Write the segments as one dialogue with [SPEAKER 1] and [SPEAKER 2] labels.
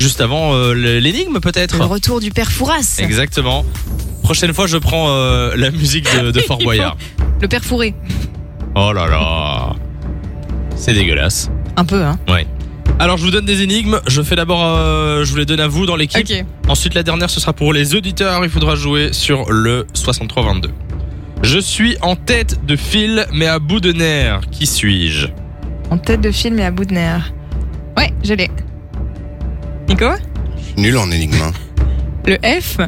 [SPEAKER 1] juste avant euh, le- l'énigme peut-être.
[SPEAKER 2] Le retour du père Fouras.
[SPEAKER 1] Exactement. Prochaine fois, je prends euh, la musique de, de Fort
[SPEAKER 2] Il faut-
[SPEAKER 1] Boyard.
[SPEAKER 2] Le père Fourré.
[SPEAKER 1] Oh là là. C'est dégueulasse.
[SPEAKER 2] Un peu, hein.
[SPEAKER 1] Ouais. Alors, je vous donne des énigmes. Je fais d'abord, euh, je vous les donne à vous dans l'équipe. Ensuite, la dernière, ce sera pour les auditeurs. Il faudra jouer sur le 6322. Je suis en tête de fil, mais à bout de nerfs. Qui suis-je
[SPEAKER 3] En tête de film et à bout de nerfs. Ouais, je l'ai. Nico
[SPEAKER 4] Nul en énigme. hein.
[SPEAKER 3] Le F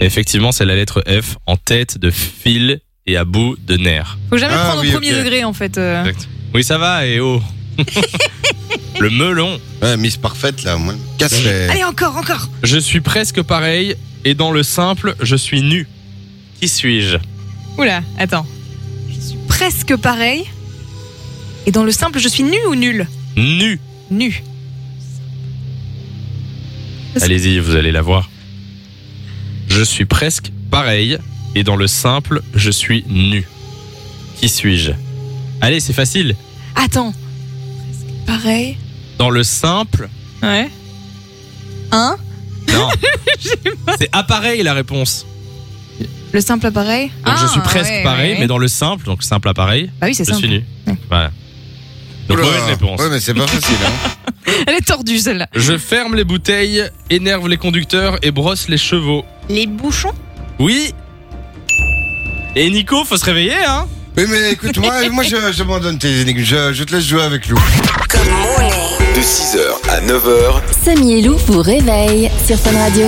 [SPEAKER 1] Effectivement, c'est la lettre F. En tête de fil et à bout de nerfs.
[SPEAKER 3] Faut jamais
[SPEAKER 4] Ah
[SPEAKER 3] prendre
[SPEAKER 4] oui,
[SPEAKER 3] au premier
[SPEAKER 4] ok.
[SPEAKER 3] degré en fait. euh.
[SPEAKER 1] Exact. Oui, ça va, et oh Le melon
[SPEAKER 4] Ouais, Miss Parfaite, là, moi. Casse les-
[SPEAKER 2] Allez, encore, encore.
[SPEAKER 1] Je suis presque pareil, et dans le simple, je suis nu. Qui suis-je
[SPEAKER 3] Oula, attends.
[SPEAKER 2] Presque pareil. Et dans le simple, je suis nu ou nul
[SPEAKER 1] Nu
[SPEAKER 2] Nu.
[SPEAKER 1] Allez-y, vous allez la voir. Je suis presque pareil, et dans le simple, je suis nu. Qui suis-je Allez, c'est facile.
[SPEAKER 2] Attends. Pareil.
[SPEAKER 1] Dans le simple,
[SPEAKER 3] Ouais.
[SPEAKER 2] Hein
[SPEAKER 1] non. c'est appareil la réponse.
[SPEAKER 2] Le simple appareil
[SPEAKER 1] Donc je suis
[SPEAKER 3] Ah,
[SPEAKER 1] presque
[SPEAKER 3] ouais,
[SPEAKER 1] pareil,
[SPEAKER 3] ouais.
[SPEAKER 1] mais dans le simple, donc simple appareil,
[SPEAKER 2] Bah oui, c'est
[SPEAKER 1] je
[SPEAKER 2] simple.
[SPEAKER 1] suis nu.
[SPEAKER 2] Ouais.
[SPEAKER 1] Voilà. Donc
[SPEAKER 4] Oula.
[SPEAKER 1] mauvaise réponse.
[SPEAKER 4] Ouais, mais c'est pas facile. hein.
[SPEAKER 3] Elle est tordue celle-là.
[SPEAKER 1] Je ferme les bouteilles, énerve les conducteurs et brosse les chevaux.
[SPEAKER 2] Les bouchons
[SPEAKER 1] Oui Et Nico, faut se réveiller, hein
[SPEAKER 4] Oui, mais écoute, moi, moi je, je m'en donne tes énigmes. Je, je te laisse jouer avec Lou.
[SPEAKER 5] De 6h à 9h,
[SPEAKER 6] Samy et Lou vous réveille sur Fun Radio.